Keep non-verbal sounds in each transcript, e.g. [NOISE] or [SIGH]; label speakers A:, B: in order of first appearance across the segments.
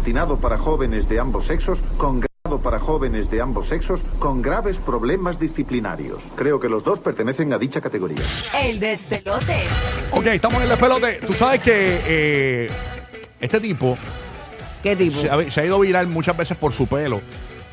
A: destinado para jóvenes de ambos sexos con grado para jóvenes de ambos sexos con graves problemas disciplinarios. Creo que los dos pertenecen a dicha categoría.
B: El despelote.
C: Ok, estamos en el despelote. Tú sabes que eh, este tipo
B: ¿Qué tipo?
C: se ha, se ha ido viral muchas veces por su pelo.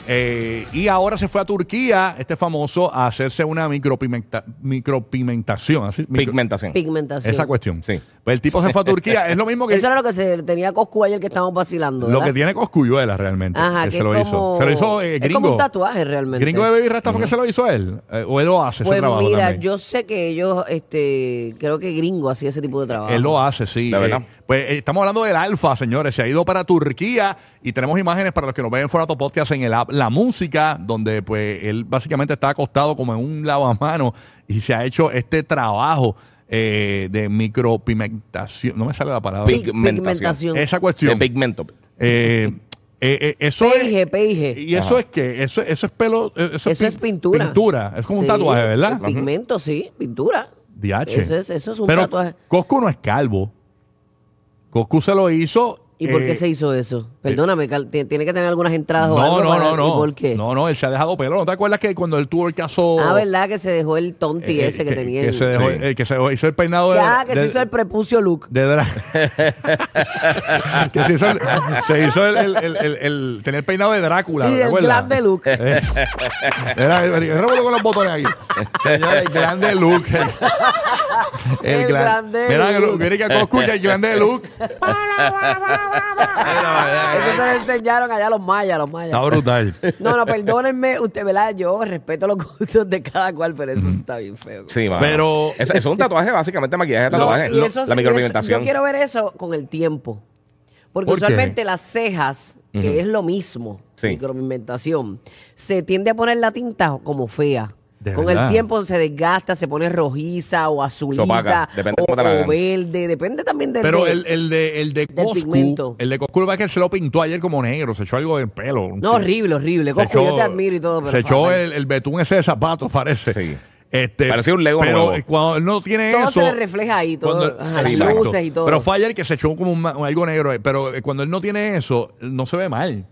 C: Eh, y ahora se fue a Turquía, este famoso, a hacerse una micropigmenta- micropigmentación. así, micro-
D: Pigmentación.
B: Pigmentación.
C: esa cuestión.
D: Sí.
C: Pues el tipo se fue a Turquía. es lo mismo que
B: Eso era lo que se tenía Coscu ayer que estábamos vacilando.
C: lo
B: ¿verdad?
C: que tiene Coscuyuela realmente.
B: Ajá,
C: que
B: que
C: se lo
B: es
C: hizo.
B: como-
C: Se lo hizo eh,
B: es
C: gringo.
B: como un tatuaje, realmente.
C: Gringo de Baby Rasta fue que se lo hizo él. eh, o él lo hace ese
B: Pues
C: trabajo.
B: mira,
C: también.
B: yo sé que ellos, este, creo que gringo hacía ese tipo de trabajo.
C: Él lo hace, sí.
D: De verdad.
C: Eh, pues eh, estamos hablando del Alfa, señores. Se ha ido para Turquía y tenemos imágenes para los que nos ven en Forato Podcast en el app La Música, donde pues él básicamente está acostado como en un lavamanos y se ha hecho este trabajo eh, de micropigmentación. No me sale la palabra.
B: Pig- Pigmentación.
C: Esa
D: De
C: cuestión.
D: pigmento.
C: Eh, eh, eh, eso
B: Peige,
C: es.
B: peige.
C: Y eso es que, eso, eso es pelo, eh, eso,
B: Eso
C: pi-
B: es pintura.
C: Pintura, es como un
B: Sí,
C: tatuaje,
B: el
C: ¿verdad?
B: Pigmento, sí, pintura.
C: DH.
B: Eso es, eso es un
C: Pero
B: tatuaje.
C: Coscu no es calvo. Coscu se lo hizo.
B: ¿Y por qué
C: eh,
B: se hizo eso? Perdóname, Cal- ti- tiene que tener algunas entradas o
C: No,
B: algo.
C: no,
B: para-
C: no, no.
B: ¿Y por qué?
C: No, no, él se ha dejado pelo. ¿No te acuerdas que cuando él tuvo el caso.
B: Ah, ¿verdad? Que se dejó el tonti
C: eh,
B: ese que, tenía.
C: Que
B: en-
C: se, dejó,
D: Sí.
C: eh, que se dejó- hizo el peinado de.
B: Ya, que
C: de-
B: se hizo el prepucio look.
C: de Drá- [LAUGHS] que se hizo el, se hizo el, el- el- el- el- tenía el peinado de Drácula.
B: Sí,
C: ¿te
B: el
C: acuerdas?
B: glam de Luke.
C: [LAUGHS]
B: [LAUGHS]
C: Eh, Era, era- era bueno con los botones ahí. Señor, el glam de Luke. El,
B: El
C: glam
B: glam de
C: Mira que lo-
B: Luke.
C: mira que Coscu, que el glam de Luke.
B: Eso se lo enseñaron allá a los mayas, a los mayas.
C: Está brutal.
B: No, no, perdónenme, usted, ¿verdad? Yo respeto los [LAUGHS] gustos de cada cual, pero eso está bien feo.
D: Sí, mano.
C: Pero-
D: Es, es un tatuaje, básicamente, maquillaje de
B: No,
D: tatuaje.
B: y eso sí,
D: la micropigmentación.
B: eso- yo quiero ver eso con el tiempo. Porque
C: ¿Por qué?
B: usualmente las cejas, que es lo mismo,
D: Sí.
B: micropigmentación, se tiende a poner la tinta como fea.
C: De
B: con
C: verdad.
B: el tiempo se desgasta, se pone rojiza o azulita
D: opaca, depende
B: o,
D: cómo te la
B: o
D: hagan.
B: verde, depende también del
C: Pero
B: de-
C: el, el de, el de
B: Del
C: Coscu,
B: pigmento.
C: el de Coscu, lo que pasa es que él se lo pintó ayer como negro, se echó algo del pelo.
B: No, horrible, horrible.
C: Se
B: Coscu, yo te admiro y todo, pero
C: se echó
B: fatal.
C: el, el betún ese de zapatos, parece.
D: Sí.
C: Este,
D: Parecía un Lego
C: Pero
D: nuevo.
C: cuando él no tiene
B: Todo
C: eso.
B: se le refleja ahí, todo,
C: cuando-
B: ajá, las
C: exacto.
B: luces y todo.
C: Pero fue ayer que se echó como un ma- algo negro. eh, Pero eh, cuando él no tiene eso, no se ve mal.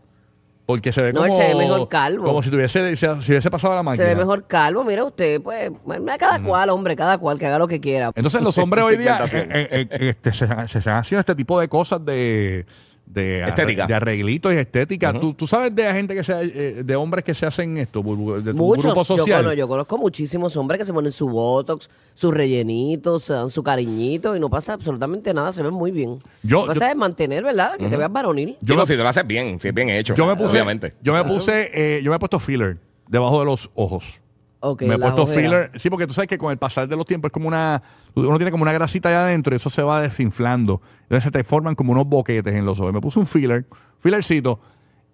C: Porque se ve
B: No,
C: como.
B: él se ve mejor calvo.
C: Como si tuviese, si hubiese pasado la máquina.
B: se ve mejor calvo, mira usted, pues, bueno, cada cual, hombre, cada cual que haga lo que quiera.
C: Entonces
D: [LAUGHS]
C: los hombres hoy día
D: Pigmentación.
C: eh, eh, eh, este, se, han- se han haciendo este tipo de cosas de... De, arre-
D: Estética.
C: de arreglitos y estética. ¿Tú, tú sabes de gente que se, eh, de hombres que se hacen esto, Burbu, de tu
B: Muchos,
C: grupo
B: yo,
C: social.
B: cono- yo conozco muchísimos hombres que se ponen su botox, sus rellenitos, se dan su cariñito y no pasa absolutamente nada, se ven muy bien.
C: Yo-
B: Lo que pasa es mantener, ¿verdad? Que te veas varonil.
C: Yo
D: Yo
C: me-
D: si te lo haces bien, si es bien hecho.
C: Yo me puse,
D: Obviamente.
C: yo me puse, eh, yo me he puesto filler debajo de los ojos.
B: Ok,
C: me he
B: las
C: puesto
B: ojeras.
C: filler, sí, porque tú sabes que con el pasar de los tiempos es como una, uno tiene como una grasita allá adentro y eso se va desinflando. Entonces se te forman como unos boquetes en los ojos. Me puse un filler, fillercito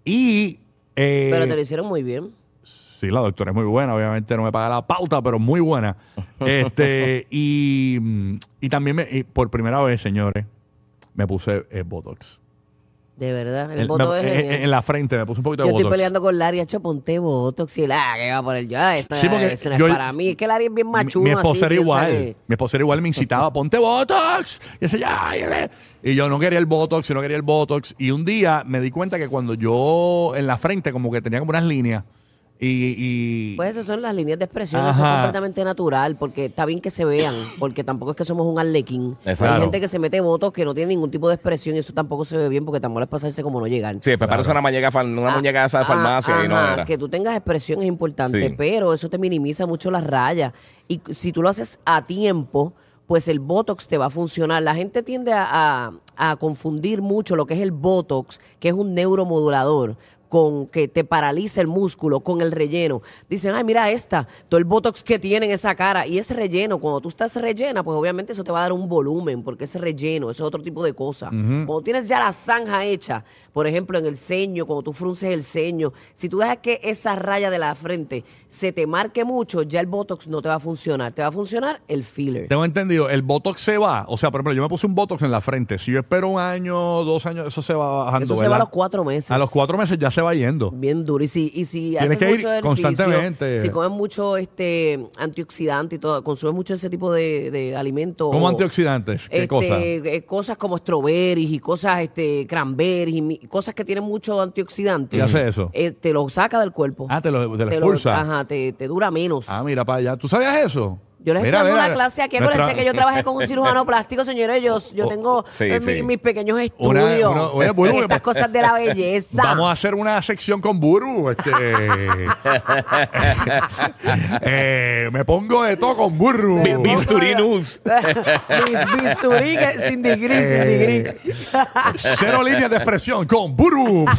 C: y eh,
B: Pero te lo hicieron muy bien.
C: Sí, la doctora es muy buena, obviamente no me paga la pauta, pero
B: [LAUGHS]
C: muy buena. Este, y, mm, y también me- y por primera vez, señores, me puse eh, Botox.
B: De verdad, el,
C: En-
B: voto
C: me-
B: es
C: en,
B: genial.
C: en la frente me puse un poquito
B: yo
C: de
B: estoy
C: Botox.
B: peleando con Larry, hecho ponte botox y él, ah, que va por el yo, ah, esto,
C: Sí, porque
B: esto no es
C: yo-
B: para mí. Es que Larry es bien
C: Mi-
B: machuno.
C: mi esposa
B: así,
C: era
B: piensa
C: igual.
B: que-
C: Mi esposa era igual, me incitaba, ponte Botox. Y, ese, ya, ya, ya. y yo no quería el Botox, yo no quería el Botox. Y un día me di cuenta que cuando yo en la frente como que tenía como unas líneas y... y-
B: Pues esas son las líneas de expresión, eso es
C: Ajá.
B: completamente natural, porque está bien que se vean, porque tampoco es que somos un arlequín.
D: Exacto.
B: Hay gente que se mete votos que no tiene ningún tipo de expresión y eso tampoco se ve bien porque tan malo es pasarse como no llegar.
D: Sí, después parece una muñeca, fal- una muñeca esa de
B: Ah,
D: farmacia y no
B: ajá,
D: era.
B: Que tú tengas expresión es importante,
D: Sí.
B: pero eso te minimiza mucho las rayas. Y c- si tú lo haces a tiempo, pues el Botox te va a funcionar. La gente tiende a, a- a confundir mucho lo que es el Botox, que es un neuromodulador con que te paraliza el músculo, con el relleno. Dicen, ay, mira esta, todo el botox que tiene en esa cara. Y es relleno. Cuando tú estás rellena, pues obviamente eso te va a dar un volumen, porque es relleno, eso es otro tipo de cosa. Cuando tienes ya la zanja hecha, por ejemplo, en el ceño, cuando tú frunces el ceño, si tú dejas que esa raya de la frente se te marque mucho, ya el botox no te va a funcionar. Te va a funcionar el filler.
C: Tengo entendido, el Botox se va. O sea, por ejemplo, yo me puse un Botox en la frente. Si yo espero un año, dos años, eso se va bajando.
B: Eso se va a
C: ¿verdad?
B: los cuatro meses.
C: A los cuatro meses ya se va yendo.
B: Bien duro. Y si, y si
C: Tienes
B: haces
C: que ir
B: mucho ejercicio,
C: constantemente.
B: si comes mucho este antioxidante y todo, consumes mucho ese tipo de, de alimentos.
C: Como
B: o,
C: antioxidantes, qué
B: este,
C: cosa.
B: eh, cosas como strawberries y cosas, este, cranberries y mi- cosas que tienen mucho antioxidante.
C: ¿Qué hace eso?
B: Eh, te lo saca del cuerpo.
C: Ah, te lo, te lo expulsa.
B: ajá, te, te dura menos.
C: Ah, mira para allá. ¿Tú sabías eso?
B: Yo les
C: Mira,
B: estoy dando
C: mira,
B: una clase aquí.
C: nuestra-
B: Acuérdense que yo trabajé con un cirujano
C: [LAUGHS]
B: plástico, señores. Yo, yo
C: Oh,
B: tengo
D: sí,
B: eh,
D: sí.
B: mi- mis pequeños
C: Una-
B: estudios.
C: una- oye, bueno,
B: en estas
C: pues,
B: cosas de la belleza.
C: Vamos a hacer una sección con
B: [LAUGHS]
C: Buru. Este, Eh, me pongo de todo con Buru.
B: Me pongo- [LAUGHS]
D: Bisturí News.
B: mis bisturí que- sin digrí, sin
C: Eh,
B: digrí.
C: Cero líneas de expresión con Buru.
B: [LAUGHS]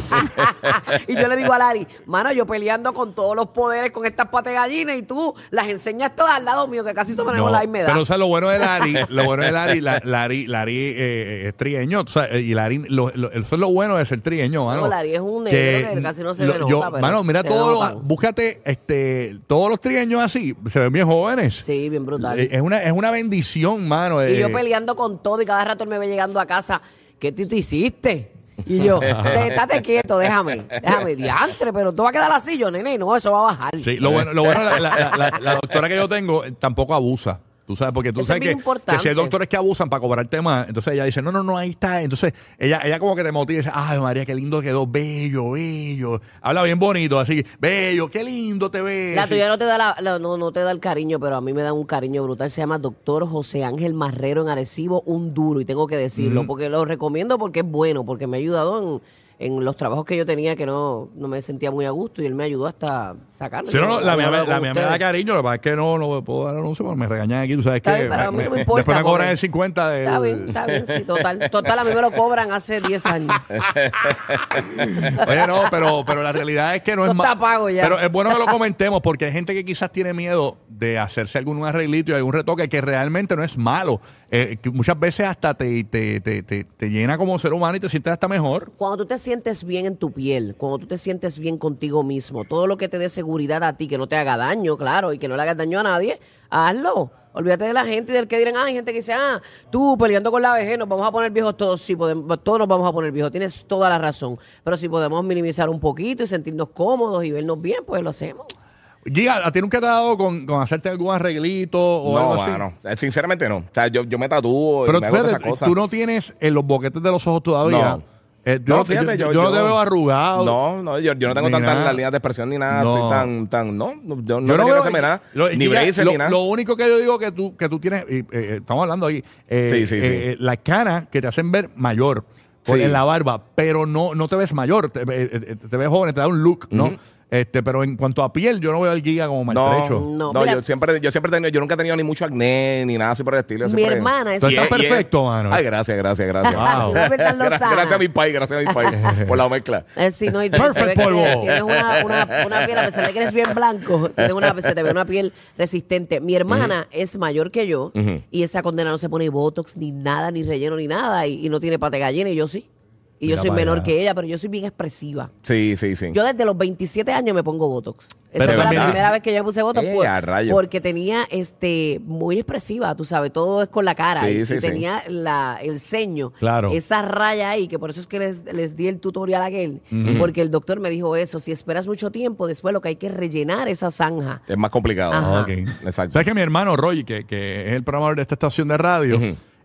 B: Ah, Y yo le digo a Lari, mano, yo peleando con todos los poderes con estas patas de gallina y tú las enseñas todas al lado mío, que casi se me
C: No,
B: la me da.
C: Pero, o sea, lo bueno de Lari, lo bueno de Lari, la- Lari, Lari eh, es trieño, o sea, eh, y Lari, lo- lo- eso es lo bueno de ser trieño, mano.
B: Lari es un negro que casi no se le
C: yo-
B: nota, pero
C: Mano, mira,
B: se
C: todos
B: nota.
C: los- búscate, este, todos los trieños así, se ven bien jóvenes.
B: sí, bien brutal.
C: Eh, Es una, es una bendición, mano.
B: y yo
C: eh,
B: peleando con todo y cada rato él me ve llegando a casa, ¿qué tú te hiciste? Y
C: [LAUGHS]
B: yo, "Te- estate quieto, déjame, déjame, diantre, pero tú vas a quedar así, yo, nene, no, eso va a bajar.
C: Sí, lo bueno, lo bueno la, la- la- la doctora que yo tengo eh, tampoco abusa. Tú sabes, porque tú
B: Eso es
C: sabes
B: bien
C: que,
B: importante.
C: que si hay doctores que abusan para cobrarte más, entonces ella dice, no, no, no, ahí está. Entonces ella, ella como que te motiva y dice, ay María, qué lindo quedó, bello, bello. Habla bien bonito, así, bello, qué lindo te ves.
B: La
C: Sí.
B: tuya no te da la- la- no, no te da el cariño, pero a mí me da un cariño brutal. Se llama Doctor José Ángel Marrero en Arecibo, un duro, y tengo que decirlo, porque lo recomiendo porque es bueno, porque me ha ayudado en, en los trabajos que yo tenía que no, no me sentía muy a gusto y él me ayudó hasta sacarlo.
C: Sí, no, no,
B: Yo
C: la
B: había
C: mía, me-
B: hablado
C: la
B: con
C: mía me da
B: ustedes.
C: cariño, lo que pasa es que no, no puedo dar anuncio porque me regañan aquí, tú sabes
B: Está
C: que
B: bien, pero a mí
C: me-
B: no me
C: me-
B: importa,
C: después me cobran
B: porque-
C: el 50 del...
B: Está bien, está bien, sí, total. Total, a mí me lo cobran hace 10 años.
C: Oye, no, pero, pero la realidad es que no
B: Eso
C: es ma-
B: está pago ya.
C: Pero es bueno que lo comentemos porque hay gente que quizás tiene miedo de hacerse algún arreglito y algún retoque que realmente no es malo. Eh, que muchas veces hasta te, te, te, te, te llena como ser humano y te sientes hasta mejor.
B: Cuando tú te sientes bien en tu piel, cuando tú te sientes bien contigo mismo, todo lo que te dé seguridad a ti, que no te haga daño, claro, y que no le hagas daño a nadie, hazlo. Olvídate de la gente y del que dirán, ah, hay gente que dice, ah, tú peleando con la vejez, nos vamos a poner viejos todos. Sí, podemos, todos nos vamos a poner viejos, tienes toda la razón. Pero si podemos minimizar un poquito y sentirnos cómodos y vernos bien, pues lo hacemos.
C: Giga, ¿a ti nunca te ha dado con, con hacerte algún arreglito o
D: No,
C: algo así?
D: mano. Eh, Sinceramente no. O sea, yo, yo me tatúo
C: Pero
D: y me hago todas
C: fíjate,
D: esas cosas.
C: tú no tienes en los boquetes de los ojos todavía.
D: No.
C: Eh, yo,
D: No,
C: no, te-
D: fíjate,
C: yo-
D: yo-
C: yo no te
D: yo-
C: veo arrugado.
D: No, no, yo, yo no tengo
C: Ni
D: tantas
C: nada.
D: las líneas de expresión ni nada.
C: No.
D: Estoy tan, tan, no, no, yo no,
C: Yo no
D: quiero
C: veo-
D: hacerme nada.
C: lo-
D: ni
C: y ya,
D: braces
C: lo,
D: ni nada.
C: lo único que yo digo que tú, que tú tienes, y, eh, eh, estamos hablando aquí, eh,
D: Sí, sí, sí.
C: eh, eh, las canas que te hacen ver mayor por-
D: Sí.
C: en la barba, pero no, no te ves mayor, te, eh, eh, te ves joven, te da un look, ¿no? este Pero en cuanto a piel, yo no veo al guía como maltrecho.
B: No,
D: no,
B: mira-
D: yo siempre, yo siempre he tenido, yo nunca he tenido ni mucho acné ni nada así por el estilo.
B: Mi
D: siempre-
B: hermana es-
C: Tú
D: Y
C: estás
D: es- y es-
C: perfecto, mano.
D: Ay, gracias, gracias,
B: [LAUGHS]
D: gracias. [LAUGHS]
C: Wow.
B: Una verdad lo
D: Gra-
B: sana.
D: gracias a mi país, gracias a
C: [LAUGHS]
D: mi país por la mezcla.
B: Eh, sí, no, y
C: Perfect
B: se ve que
C: polvo.
B: tienes- Tienes una, una- una piel, a pesar de que eres bien blanco, tienes una, se te ve una piel resistente. Mi hermana es mayor que yo y esa condena no se pone botox, ni nada, ni relleno, ni nada, y, y no tiene pate gallina, y yo sí. Y
C: Mira
B: yo soy
C: para
B: menor
C: allá.
B: que ella, pero yo soy bien expresiva.
D: Sí, sí, sí.
B: Yo desde los 27 años me pongo botox. Esa
C: Pero
B: fue la
C: también-
B: primera vez que yo me puse botox
D: Eh,
B: por-
D: a rayos.
B: porque tenía este muy expresiva, tú sabes, todo es con la cara
D: Sí,
B: y,
D: sí,
B: y
D: sí.
B: tenía la el ceño,
C: Claro.
B: esa raya ahí, que por eso es que les, les di el tutorial a aquel, porque el doctor me dijo eso, si esperas mucho tiempo, después lo que hay que es rellenar esa zanja.
D: Es más complicado.
B: Ajá.
C: Ok.
D: Exacto.
C: ¿Sabes que mi hermano Roy, que, que es el programador de esta estación de radio,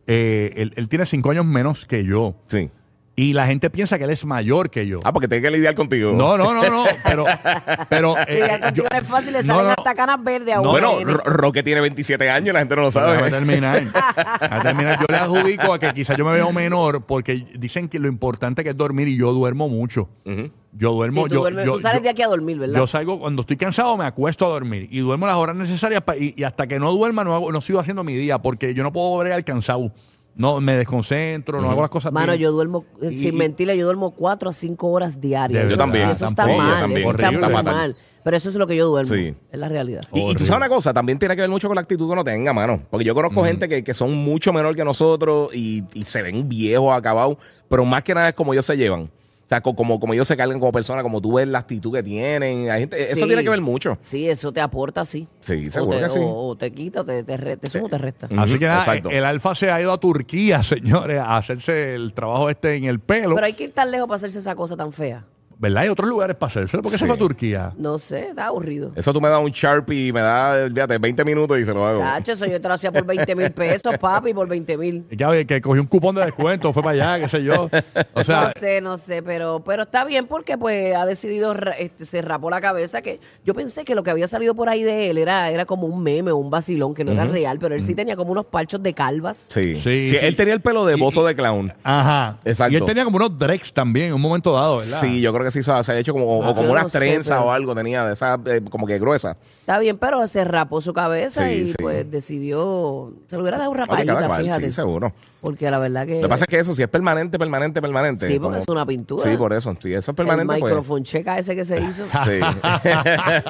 C: eh, él, él tiene cinco años menos que yo?
D: Sí.
C: Y la gente piensa que él es mayor que yo.
D: Ah, porque tengo que lidiar contigo.
C: No, no, no, no. Pero,
B: [LAUGHS]
C: pero. eh,
B: Lidiar contigo
C: yo-
B: no es fácil, le
C: No,
B: salen
C: no.
B: hasta canas verdes a uno,
D: bueno,
B: nene.
D: Ro- Roque tiene 27 años, la gente no lo
C: Déjame
D: sabe.
C: terminar.
D: [LAUGHS]
C: Déjame terminar. Yo le adjudico a que quizás yo me veo menor porque dicen que lo importante que es dormir y yo duermo mucho. Yo
B: Sí,
C: duermo.
B: tú,
C: yo,
B: duermes-
C: yo-
B: tú sales
C: yo-
B: de aquí a dormir, ¿verdad?
C: yo salgo cuando estoy cansado, me acuesto a dormir y duermo las horas necesarias pa- y, y hasta que no duerma no, hago- no sigo haciendo mi día porque yo no puedo ver al cansado. No, me desconcentro, no hago las cosas
B: Mano,
C: bien.
B: yo duermo, eh,
C: Y-
B: sin mentirle, yo duermo 4 a 5 horas diarias.
C: De
B: Eso-
C: verdad. Yo también,
B: Eso está
C: tampoco, yo
B: mal,
C: también.
B: eso está
C: Horrible.
B: muy
C: Está
D: fatal.
B: mal. Pero eso es lo que yo duermo,
D: Sí.
B: es la realidad.
D: Y, y tú sabes una cosa, también tiene que ver mucho con la actitud que uno tenga, mano. Porque yo conozco gente que, que son mucho menor que nosotros y, y se ven viejos, acabados, pero más que nada es como ellos se llevan. O sea, co- como, como ellos se cargan como personas, como tú ves la actitud que tienen. Hay gente, Eh, Eso
B: Sí.
D: tiene que ver mucho.
B: Sí, eso te aporta, sí.
D: Sí,
B: O
D: seguro
B: te-
D: que sí.
B: O, o te quita, o te, te, re- te suma o te resta.
D: Ujú,
C: Así que nada,
D: exacto.
C: el alfa se ha ido a [LAUGHS] Turquía, señores, a hacerse el trabajo este en el pelo.
B: Pero hay que ir tan lejos para hacerse esa cosa tan fea.
C: ¿Verdad? Hay otros lugares para hacerse. ¿Por qué se
D: Sí.
C: fue a Turquía?
B: No sé, está aburrido.
D: Eso tú me das un Sharpie y me da, fíjate, 20 minutos y se lo hago.
B: Tacho, eso yo te lo hacía por 20 mil pesos, papi, por 20 mil.
C: Ya, oye, que cogió un cupón de descuento, fue para allá, qué sé yo. O
B: [LAUGHS]
C: sea,
B: no sé, no sé, pero, pero está bien porque pues ha decidido, ra- este, se rapó la cabeza que yo pensé que lo que había salido por ahí de él era, era como un meme o un vacilón que no era real, pero él sí tenía como unos parchos de calvas.
D: Sí.
C: Sí,
D: Sí,
C: sí.
D: Él tenía el pelo de
C: Y-
D: bozo de clown.
C: ajá.
D: Exacto.
C: Y él tenía como unos drecks también en un momento dado, ¿verdad?
D: Sí, yo creo que sí se ha hecho como, o
B: Ah,
D: como
B: yo
D: unas
B: no sé,
D: trenzas
B: pero-
D: o algo tenía, de esas eh, como que gruesas.
B: Está bien, pero se rapó su cabeza
D: Sí,
B: y
D: sí.
B: pues decidió, se lo hubiera dado una
D: Oye, cada
B: palita,
D: cual,
B: fíjate.
D: sí, seguro.
B: porque la verdad que...
D: Lo que pasa es que eso, si es permanente, permanente, permanente.
B: sí, porque
D: como-
B: es una pintura.
D: Sí, por eso. Si eso es
B: El
D: permanente, pues.
B: micrófono checa ese
D: [LAUGHS]
B: que se hizo. [LAUGHS]
D: Sí.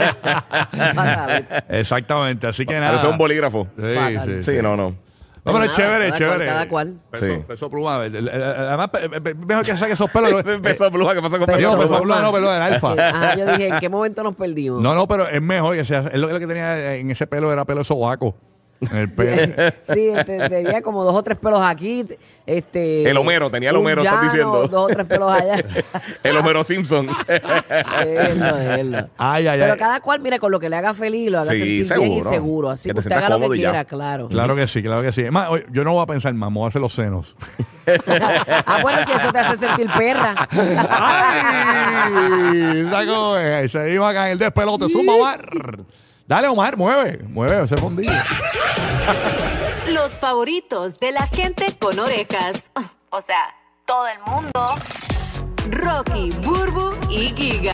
C: [LAUGHS] Exactamente, así que nada.
D: Parece un bolígrafo.
C: Sí, sí,
D: Sí,
C: sí.
D: no, no.
C: No, pero
B: Pero
C: es
B: nada,
C: chévere,
B: cada
C: chévere.
B: cual, cada cual.
C: Peso,
D: Sí.
C: peso pluma. el- el- el- Además, pe- pe- pe- mejor que saque esos
D: [LAUGHS]
C: pelos. eh,
D: Peso Blue, ¿qué pasó con
B: Peso
C: Dios,
D: Peso
C: peso
D: Blue?
C: pluma, no, pelo
B: [LAUGHS]
C: del alfa.
B: Ajá, Ah, yo dije, ¿en qué momento nos perdimos?
C: No, no, pero es mejor que sea. Él lo, lo que tenía en ese pelo era pelo de sobaco. En el
B: [LAUGHS]
C: pelo.
B: sí, este, tenía como dos o tres pelos aquí. Este,
D: El Homero, tenía el
B: un
D: Homero, estás
B: llano,
D: diciendo.
B: Dos o tres pelos
D: [LAUGHS]
B: allá.
D: El Homero Simpson.
B: Él no, él no.
C: Ay, ay,
B: Pero
C: ay.
B: cada cual, mire, con lo que le haga feliz, lo haga
D: Sí,
B: sentir bien y
D: seguro.
B: seguro. Así
D: Que
B: que,
D: te
B: usted
D: sientas
B: haga lo que
D: cómodo y ya.
B: quiera, claro.
C: Claro que sí, claro que sí. Es más, oye, yo no voy a pensar más, me voy a hacer los senos.
B: [LAUGHS] ah, bueno, si eso te hace sentir perra.
C: [LAUGHS] ¡Ay! Saco, eh, seguimos acá en el despelote. Zumba, Omar. Dale, Omar, mueve, mueve, se fondillo.
E: Los favoritos de la gente con orejas. O sea, todo el mundo. Rocky, Burbu y Giga.